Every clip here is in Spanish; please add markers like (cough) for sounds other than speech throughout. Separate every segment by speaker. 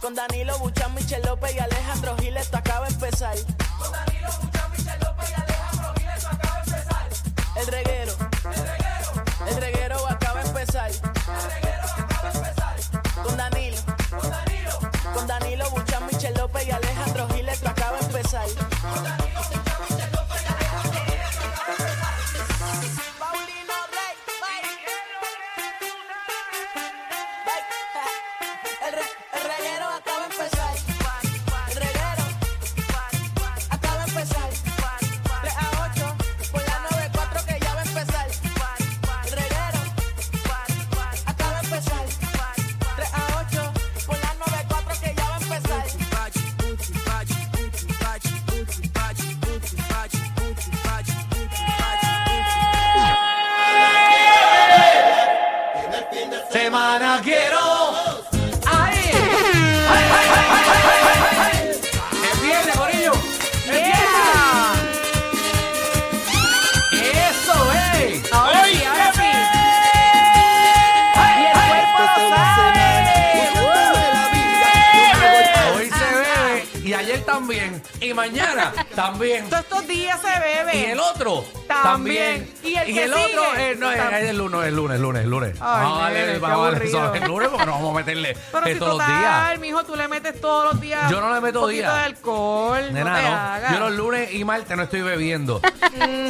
Speaker 1: Con Danilo Buchan, Michel López y Alejandro Giles, esto acaba de empezar. Con Danilo Buchan, Michel López y Alejandro Giles, esto acaba de empezar. El reguero. El reguero. El reguero acaba de empezar. El reguero acaba de empezar. Con Danilo. Con Danilo. Con Danilo Buchan, Michel López y Alejandro Giles, esto acaba de empezar. Con Danilo Buchan, Michel López y Alejandro Giles, esto acaba de empezar. Paulino Rey, El, re- el reguero acaba de empezar. El reguero acaba de empezar. 3 a 8 por la 94 que ya va a empezar. El reguero acaba de empezar. 3 a 8 por la 94 que ya va a empezar.
Speaker 2: Semana quiero. ¡Ay! ¡Ay, ay, ay, ay, ay, ay! ¡Es viernes, Corillo! ¡Es viernes! ¡Eso, ey!
Speaker 3: Ahora
Speaker 2: ¡Ay,
Speaker 3: sí, ahora sí.
Speaker 2: ay,
Speaker 3: Y el
Speaker 2: ay!
Speaker 3: cuerpo
Speaker 2: Hoy se bebe y ayer también y mañana también.
Speaker 3: Todos estos días se
Speaker 2: Y
Speaker 3: bebe.
Speaker 2: el otro
Speaker 3: También.
Speaker 2: Y
Speaker 3: Y
Speaker 2: el,
Speaker 3: el que
Speaker 2: otro
Speaker 3: sigue,
Speaker 2: eh, no, es,
Speaker 3: tam-
Speaker 2: es el lunes, el lunes, el lunes, el lunes.
Speaker 3: Ay,
Speaker 2: Vamos a darle-
Speaker 3: nene, qué
Speaker 2: vamos a darle eso
Speaker 3: aburrido.
Speaker 2: el lunes porque no vamos a meterle
Speaker 3: Pero
Speaker 2: eh,
Speaker 3: si
Speaker 2: todos los
Speaker 3: total,
Speaker 2: días.
Speaker 3: mijo, tú le metes todos los días.
Speaker 2: Yo no le meto
Speaker 3: un poquito
Speaker 2: día.
Speaker 3: de alcohol. no te
Speaker 2: Nena, no,
Speaker 3: hagas.
Speaker 2: yo los lunes y martes no estoy bebiendo.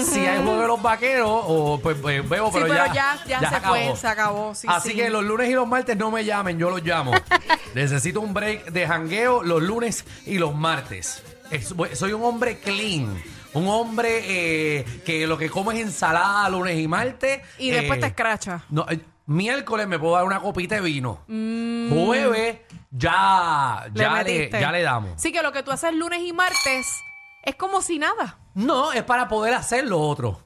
Speaker 2: si hay juego de los vaqueros, o, pues, pues, bebo,
Speaker 3: Sí,
Speaker 2: pero,
Speaker 3: pero
Speaker 2: ya,
Speaker 3: ya- ya se fue, se acabó, sí,
Speaker 2: Así
Speaker 3: sí.
Speaker 2: que los lunes y los martes no me llamen, yo los
Speaker 3: (laughs)
Speaker 2: llamo. Necesito un break de jangueo los lunes y los martes. Es- soy un hombre clean. Un hombre eh, que lo que come es ensalada lunes y martes.
Speaker 3: Y después
Speaker 2: eh,
Speaker 3: te escracha.
Speaker 2: no, eh, miércoles me puedo dar una copita de vino. Jueves ya, ya, le,
Speaker 3: Mm. metiste.
Speaker 2: ya le damos.
Speaker 3: Sí, que lo que tú haces lunes y martes es como si nada.
Speaker 2: No, es para poder hacer lo otro.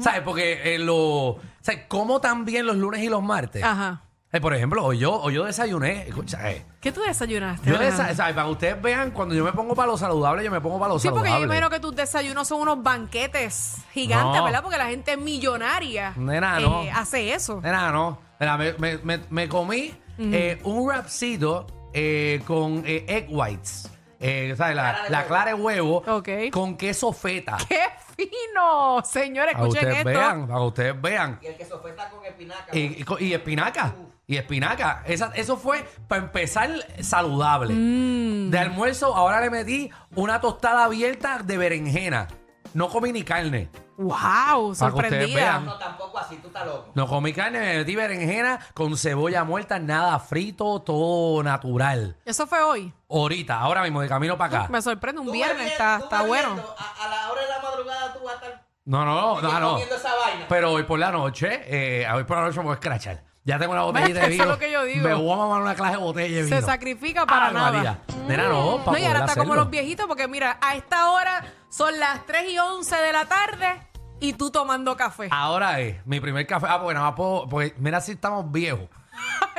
Speaker 2: ¿Sabes? Porque eh, lo. ¿Sabes? Como también los lunes y los martes.
Speaker 3: Ajá.
Speaker 2: Eh, por ejemplo, hoy yo, hoy yo desayuné. Escucha, eh,
Speaker 3: ¿Qué tú desayunaste?
Speaker 2: Yo
Speaker 3: Alejandro?
Speaker 2: desa- ¿sabes? Para que ustedes vean, cuando yo me pongo para lo saludable, yo me pongo para lo
Speaker 3: Sí, porque
Speaker 2: saludable.
Speaker 3: yo imagino que tus desayunos son unos banquetes gigantes,
Speaker 2: No.
Speaker 3: ¿verdad? Porque la gente millonaria
Speaker 2: Nena,
Speaker 3: eh,
Speaker 2: no.
Speaker 3: hace eso.
Speaker 2: Nena, no. Nena, me, me- me- me comí eh, un wrapcito eh, con eh, egg whites. Eh, ¿sabes? La, la clara de huevo
Speaker 3: Ok.
Speaker 2: con queso feta.
Speaker 3: ¡Qué fino! Señores,
Speaker 2: Para que
Speaker 3: escuchen
Speaker 2: ustedes
Speaker 3: esto.
Speaker 2: vean, para que ustedes vean.
Speaker 4: Y el que sofeta con espinaca. pues,
Speaker 2: Y, y co- y espinaca. Y espinaca. Esa- eso fue para empezar saludable.
Speaker 3: Mm.
Speaker 2: De almuerzo, ahora le metí una tostada abierta de berenjena. No comí ni carne.
Speaker 3: ¡Wow!
Speaker 2: Para que ustedes vean.
Speaker 3: Sorprendida.
Speaker 4: No, tampoco así, tú estás loco.
Speaker 2: No comí carne, me metí berenjena con cebolla muerta, nada frito, todo natural.
Speaker 3: Eso fue hoy.
Speaker 2: Ahorita, ahora mismo, de camino para acá.
Speaker 3: Me sorprende, un
Speaker 4: Tú
Speaker 3: viernes
Speaker 4: bebiendo-
Speaker 3: está,
Speaker 4: tú
Speaker 3: está
Speaker 4: bebiendo,
Speaker 3: bueno.
Speaker 4: A, a la hora de la madrugada tú vas a estar
Speaker 2: No, no, no, no.
Speaker 4: comiendo esa vaina.
Speaker 2: Pero hoy por la noche, eh, hoy por la noche me voy a escrachar. Ya tengo una botellita de
Speaker 3: Eso es
Speaker 2: vino.
Speaker 3: lo que yo digo.
Speaker 2: Me voy a mamar una clase de botella de vino.
Speaker 3: Se sacrifica para
Speaker 2: Ave María.
Speaker 3: nada.
Speaker 2: Nena, no, para
Speaker 3: No, y ahora
Speaker 2: poder
Speaker 3: está como
Speaker 2: hacerlo.
Speaker 3: los viejitos, porque mira, a esta hora son las 3 y 11 de la tarde y tú tomando café. (laughs)
Speaker 2: Ahora es mi primer café. Ah, porque nada más puedo. Porque mira si estamos viejos.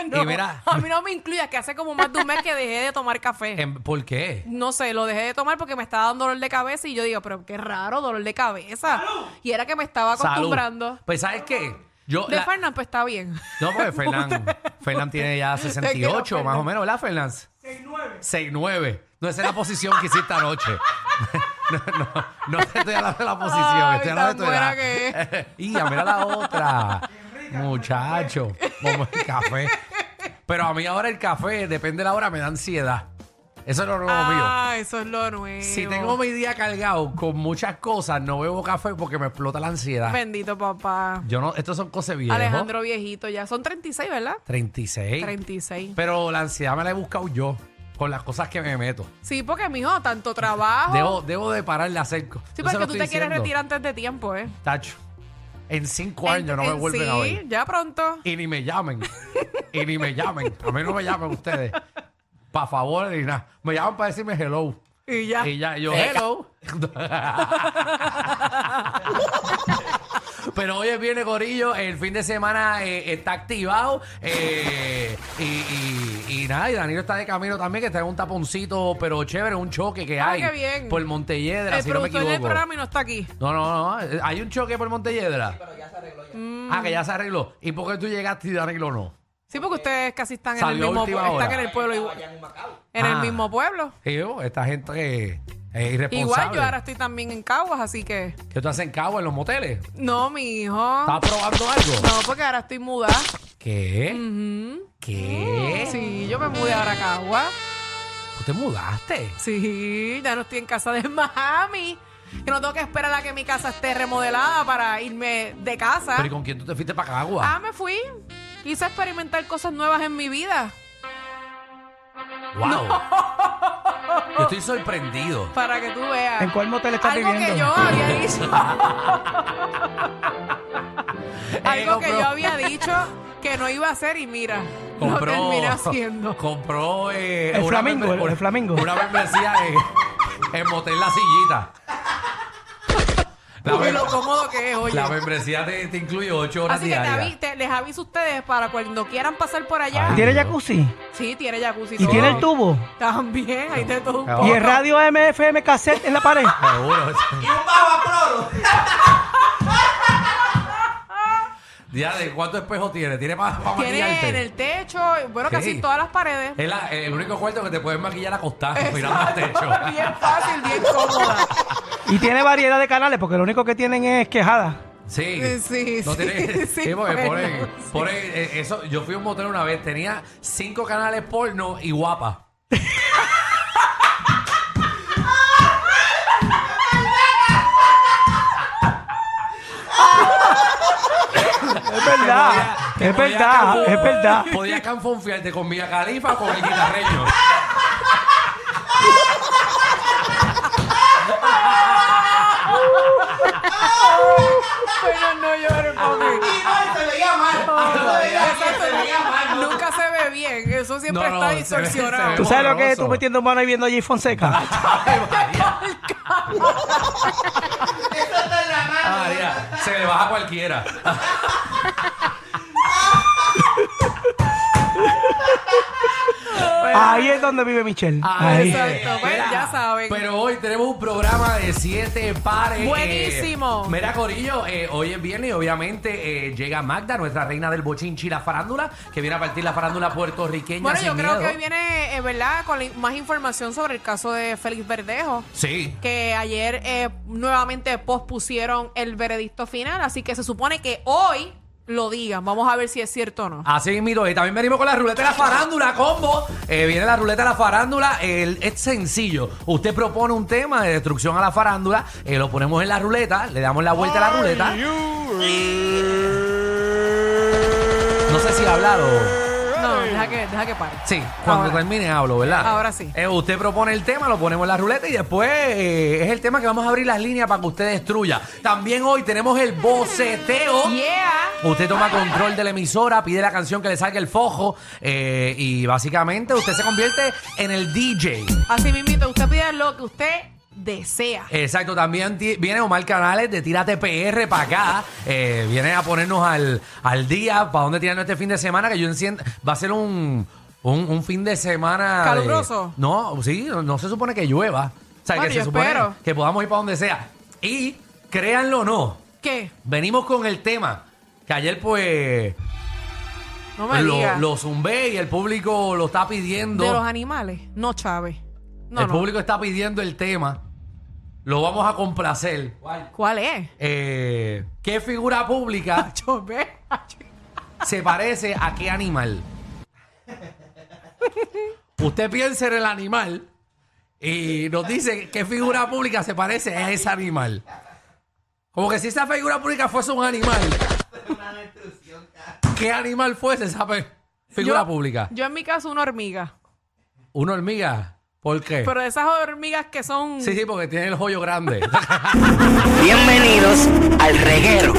Speaker 3: No,
Speaker 2: y mira-
Speaker 3: A mí no me incluyas, que hace como más de un mes que dejé de tomar café.
Speaker 2: Em, ¿Por qué?
Speaker 3: No sé, lo dejé de tomar porque me estaba dando dolor de cabeza y yo digo, pero qué raro, dolor de cabeza. Y era que me estaba acostumbrando.
Speaker 2: Salud. Pues, ¿sabes qué? Yo.
Speaker 3: De
Speaker 2: la-
Speaker 3: Fernan, pues está bien.
Speaker 2: No, porque Fernán. Fernán tiene
Speaker 3: (laughs)
Speaker 2: ya 68,
Speaker 3: Te quiero,
Speaker 2: más o
Speaker 3: Fernán.
Speaker 2: menos, ¿verdad, Fernán? 6'9. 6'9. No, esa es la posición que hiciste anoche. (laughs) No, no, no te estoy hablando de la posición.
Speaker 3: Ay,
Speaker 2: estoy hablando de
Speaker 3: tan
Speaker 2: tu
Speaker 3: buena
Speaker 2: edad.
Speaker 3: que es.
Speaker 2: (laughs) y ya, mira la otra. Muchacho, como el café. Pero a mí ahora el café, depende de la hora, me da ansiedad. Eso es lo nuevo mío.
Speaker 3: ah, eso es lo nuevo.
Speaker 2: Si tengo mi día cargado con muchas cosas, no bebo café porque me explota la ansiedad.
Speaker 3: Bendito papá.
Speaker 2: Yo no, estos son cosas viejas.
Speaker 3: Alejandro viejito ya. Son 36, ¿verdad?
Speaker 2: 36.
Speaker 3: 36.
Speaker 2: Pero la ansiedad me la he buscado yo con las cosas que me meto.
Speaker 3: Sí, porque, mijo, tanto trabajo.
Speaker 2: Debo, debo de parar de hacer co- Yo se
Speaker 3: sí, porque
Speaker 2: lo
Speaker 3: tú te
Speaker 2: estoy
Speaker 3: quieres
Speaker 2: diciendo.
Speaker 3: retirar antes de tiempo, ¿eh?
Speaker 2: Tacho, en cinco años no
Speaker 3: En-
Speaker 2: me
Speaker 3: en
Speaker 2: vuelven
Speaker 3: sí,
Speaker 2: a ver.
Speaker 3: ya pronto.
Speaker 2: Y ni me llamen. y ni me llamen. A mí no me llamen ustedes. Pa' favor, ni nada. Me llaman para decirme hello.
Speaker 3: Y ya.
Speaker 2: Y ya, yo,
Speaker 4: Eh,
Speaker 2: hello. Pero hoy viene Corillo, el fin de semana eh, está activado. eh, y, y- y nada, y Danilo está de camino también, que está en un taponcito, pero chévere, un choque que
Speaker 3: Ah,
Speaker 2: hay.
Speaker 3: qué bien.
Speaker 2: Por Montelledra,
Speaker 3: el
Speaker 2: si no me
Speaker 3: productor del
Speaker 2: equivoco.
Speaker 3: programa y no está aquí.
Speaker 2: No, no, no. Hay un choque por Montelledra.
Speaker 3: Mm.
Speaker 4: Pero ya se arregló ya.
Speaker 2: Ah, que ya se arregló. ¿Y por qué tú llegaste y Danilo no?
Speaker 3: Sí, porque ustedes casi están en el
Speaker 2: Salió
Speaker 3: mismo
Speaker 2: última
Speaker 3: pueblo. Están
Speaker 2: hora.
Speaker 3: en el pueblo igual.
Speaker 4: Allá en Humacao.
Speaker 3: En el
Speaker 2: Ah.
Speaker 3: mismo pueblo.
Speaker 2: Sí, oh, esta gente eh, es irresponsable.
Speaker 3: Igual yo ahora estoy también en Caguas, así que.
Speaker 2: ¿Qué tú haces en Cabo en los moteles?
Speaker 3: No, mi hijo.
Speaker 2: ¿Estás probando algo?
Speaker 3: No, porque ahora estoy mudada.
Speaker 2: ¿Qué?
Speaker 3: Ujú.
Speaker 2: ¿Qué?
Speaker 3: Sí, yo me mudé ahora a Caguas.
Speaker 2: ¿Tú te mudaste?
Speaker 3: Sí, ya no estoy en casa de mami. Que no tengo que esperar a que mi casa esté remodelada para irme de casa.
Speaker 2: ¿Pero y con quién tú te fuiste para Cagua?
Speaker 3: Ah, me fui. Quise experimentar cosas nuevas en mi vida.
Speaker 2: ¡Wow! Yo estoy sorprendido.
Speaker 3: Para que tú veas.
Speaker 5: ¿En cuál motel estás
Speaker 3: Algo
Speaker 5: viviendo?
Speaker 3: que yo había dicho.
Speaker 2: (laughs)
Speaker 3: Algo que
Speaker 2: compró-
Speaker 3: yo había dicho que no iba a hacer y mira. Lo
Speaker 2: Compró.
Speaker 3: terminé haciendo.
Speaker 2: Compró. eh,
Speaker 5: El
Speaker 2: una
Speaker 5: flamingo,
Speaker 2: membre-
Speaker 5: el- el flamingo.
Speaker 2: Una membresía en, en Motel La Sillita. (laughs) La,
Speaker 3: Porque
Speaker 2: mem-
Speaker 3: lo cómodo que es, oye.
Speaker 2: la membresía te, te incluye 8 horas
Speaker 3: Así que te
Speaker 2: diarias.
Speaker 3: avi- te- les aviso a ustedes para cuando quieran pasar por allá.
Speaker 2: Ay.
Speaker 5: ¿Tiene jacuzzi?
Speaker 3: Sí, tiene jacuzzi.
Speaker 5: ¿Y
Speaker 3: todo.
Speaker 5: tiene el tubo?
Speaker 3: También, ahí de todo un
Speaker 2: Ah,
Speaker 3: poco.
Speaker 5: ¿Y el radio MFM cassette en la pared?
Speaker 2: Seguro.
Speaker 4: Y un bajo a cloro.
Speaker 2: Ya, ¿de cuántos espejos tiene? Tiene para pa
Speaker 3: Tiene
Speaker 2: maquillarte.
Speaker 3: en el techo, bueno,
Speaker 2: Sí.
Speaker 3: casi todas las paredes.
Speaker 2: Es la- el único cuarto que te puedes maquillar acostado, mirando al techo.
Speaker 3: Bien fácil, bien cómoda.
Speaker 5: ¿Y tiene variedad de canales? Porque lo único que tienen es quejada.
Speaker 2: Sí,
Speaker 3: Eh, Sí,
Speaker 2: No
Speaker 3: sí,
Speaker 2: tiene-
Speaker 3: (laughs) sí,
Speaker 2: sí, porque
Speaker 3: bueno,
Speaker 2: ponen-
Speaker 3: sí.
Speaker 2: ponen, eh, eso. Yo fui a un motel una vez, tenía cinco canales porno y guapa.
Speaker 5: Es verdad,
Speaker 2: Que
Speaker 5: es
Speaker 2: podía
Speaker 5: verdad,
Speaker 2: canfo-
Speaker 5: es verdad.
Speaker 2: Podía canfonfiarte con Mia Califa o con el guitarreño.
Speaker 3: Bueno, no llores, papi.
Speaker 4: Y no, se
Speaker 2: (laughs)
Speaker 4: veía mal. Se veía bien, se veía mal. ¿no?
Speaker 3: Nunca se ve bien, eso siempre
Speaker 2: No, no,
Speaker 3: está
Speaker 2: se ve- se ve
Speaker 3: distorsionado.
Speaker 5: ¿Tú sabes lo que es
Speaker 2: Horroroso.
Speaker 5: tú metiendo mano y viendo allí Fonseca?
Speaker 2: Ay, María,
Speaker 4: Eso está en la mano.
Speaker 2: María, Ah, se le baja a cualquiera.
Speaker 5: Ahí es donde vive Michelle. Ahí.
Speaker 3: Exacto, pues,
Speaker 2: eh, Mira,
Speaker 3: ya saben.
Speaker 2: Pero hoy tenemos un programa de siete pares. eh,
Speaker 3: Buenísimo.
Speaker 2: mira, Corillo, eh, hoy es viernes y obviamente eh, llega Magda, nuestra reina del bochinchi y la farándula, que viene a partir la farándula puertorriqueña.
Speaker 3: Bueno,
Speaker 2: sin
Speaker 3: yo creo
Speaker 2: miedo.
Speaker 3: que hoy viene, eh, ¿verdad?, con la in- más información sobre el caso de Félix Verdejo.
Speaker 2: Sí.
Speaker 3: que ayer eh, nuevamente pospusieron el veredicto final, así que se supone que hoy lo digan. Vamos a ver si es cierto o no.
Speaker 2: Así mismo, y también venimos con la ruleta de la farándula, combo. Eh, viene la ruleta de la farándula, el- es sencillo. Usted propone un tema de destrucción a la farándula, eh, lo ponemos en la ruleta, le damos la vuelta a la ruleta. No sé si ha hablado.
Speaker 3: No, deja que, deja que pare.
Speaker 2: Sí, cuando
Speaker 3: Ahora.
Speaker 2: termine hablo, ¿verdad?
Speaker 3: Ahora sí.
Speaker 2: Eh, usted propone el tema, lo ponemos en la ruleta y después eh, es el tema que vamos a abrir las líneas para que usted destruya. También hoy tenemos el boceteo.
Speaker 3: Yeah.
Speaker 2: Usted toma control de la emisora, pide la canción que le salga el fojo eh, y básicamente usted se convierte en el DJ.
Speaker 3: Así mismito, usted pide lo que usted desea.
Speaker 2: Exacto, también ti- viene Omar Canales de Tírate PR para acá. eh, viene a ponernos al, al día para dónde tirarnos este fin de semana, que yo enciendo. Va a ser un, un, un fin de semana. de-
Speaker 3: Caluroso.
Speaker 2: no, sí, no, no se supone que llueva. O sea,
Speaker 3: Bueno,
Speaker 2: que se
Speaker 3: yo
Speaker 2: supone
Speaker 3: espero.
Speaker 2: que podamos ir para donde sea. Y créanlo o no,
Speaker 3: ¿Qué?
Speaker 2: venimos con el tema. Que ayer, pues,
Speaker 3: No me
Speaker 2: lo,
Speaker 3: digas.
Speaker 2: lo zumbé y el público lo está pidiendo.
Speaker 3: De los animales. No, Chávez. No,
Speaker 2: el
Speaker 3: no.
Speaker 2: público está pidiendo el tema. Lo vamos a complacer.
Speaker 4: ¿Cuál?
Speaker 3: ¿Cuál es?
Speaker 2: Eh, ¿Qué figura
Speaker 3: (laughs)
Speaker 2: pública
Speaker 3: Chávez.
Speaker 2: se parece a qué animal? Usted piensa en el animal y nos dice qué figura pública se parece a ese animal. Como que si esa figura pública fuese un animal,
Speaker 4: Una destrucción.
Speaker 2: ¿qué animal fuese esa pe- figura
Speaker 3: Yo-
Speaker 2: pública?
Speaker 3: Yo en mi caso una hormiga.
Speaker 2: ¿Una hormiga? ¿Por qué?
Speaker 3: Pero de esas hormigas que son...
Speaker 2: Sí, sí, porque tiene el hoyo grande.
Speaker 6: Bienvenidos al reguero.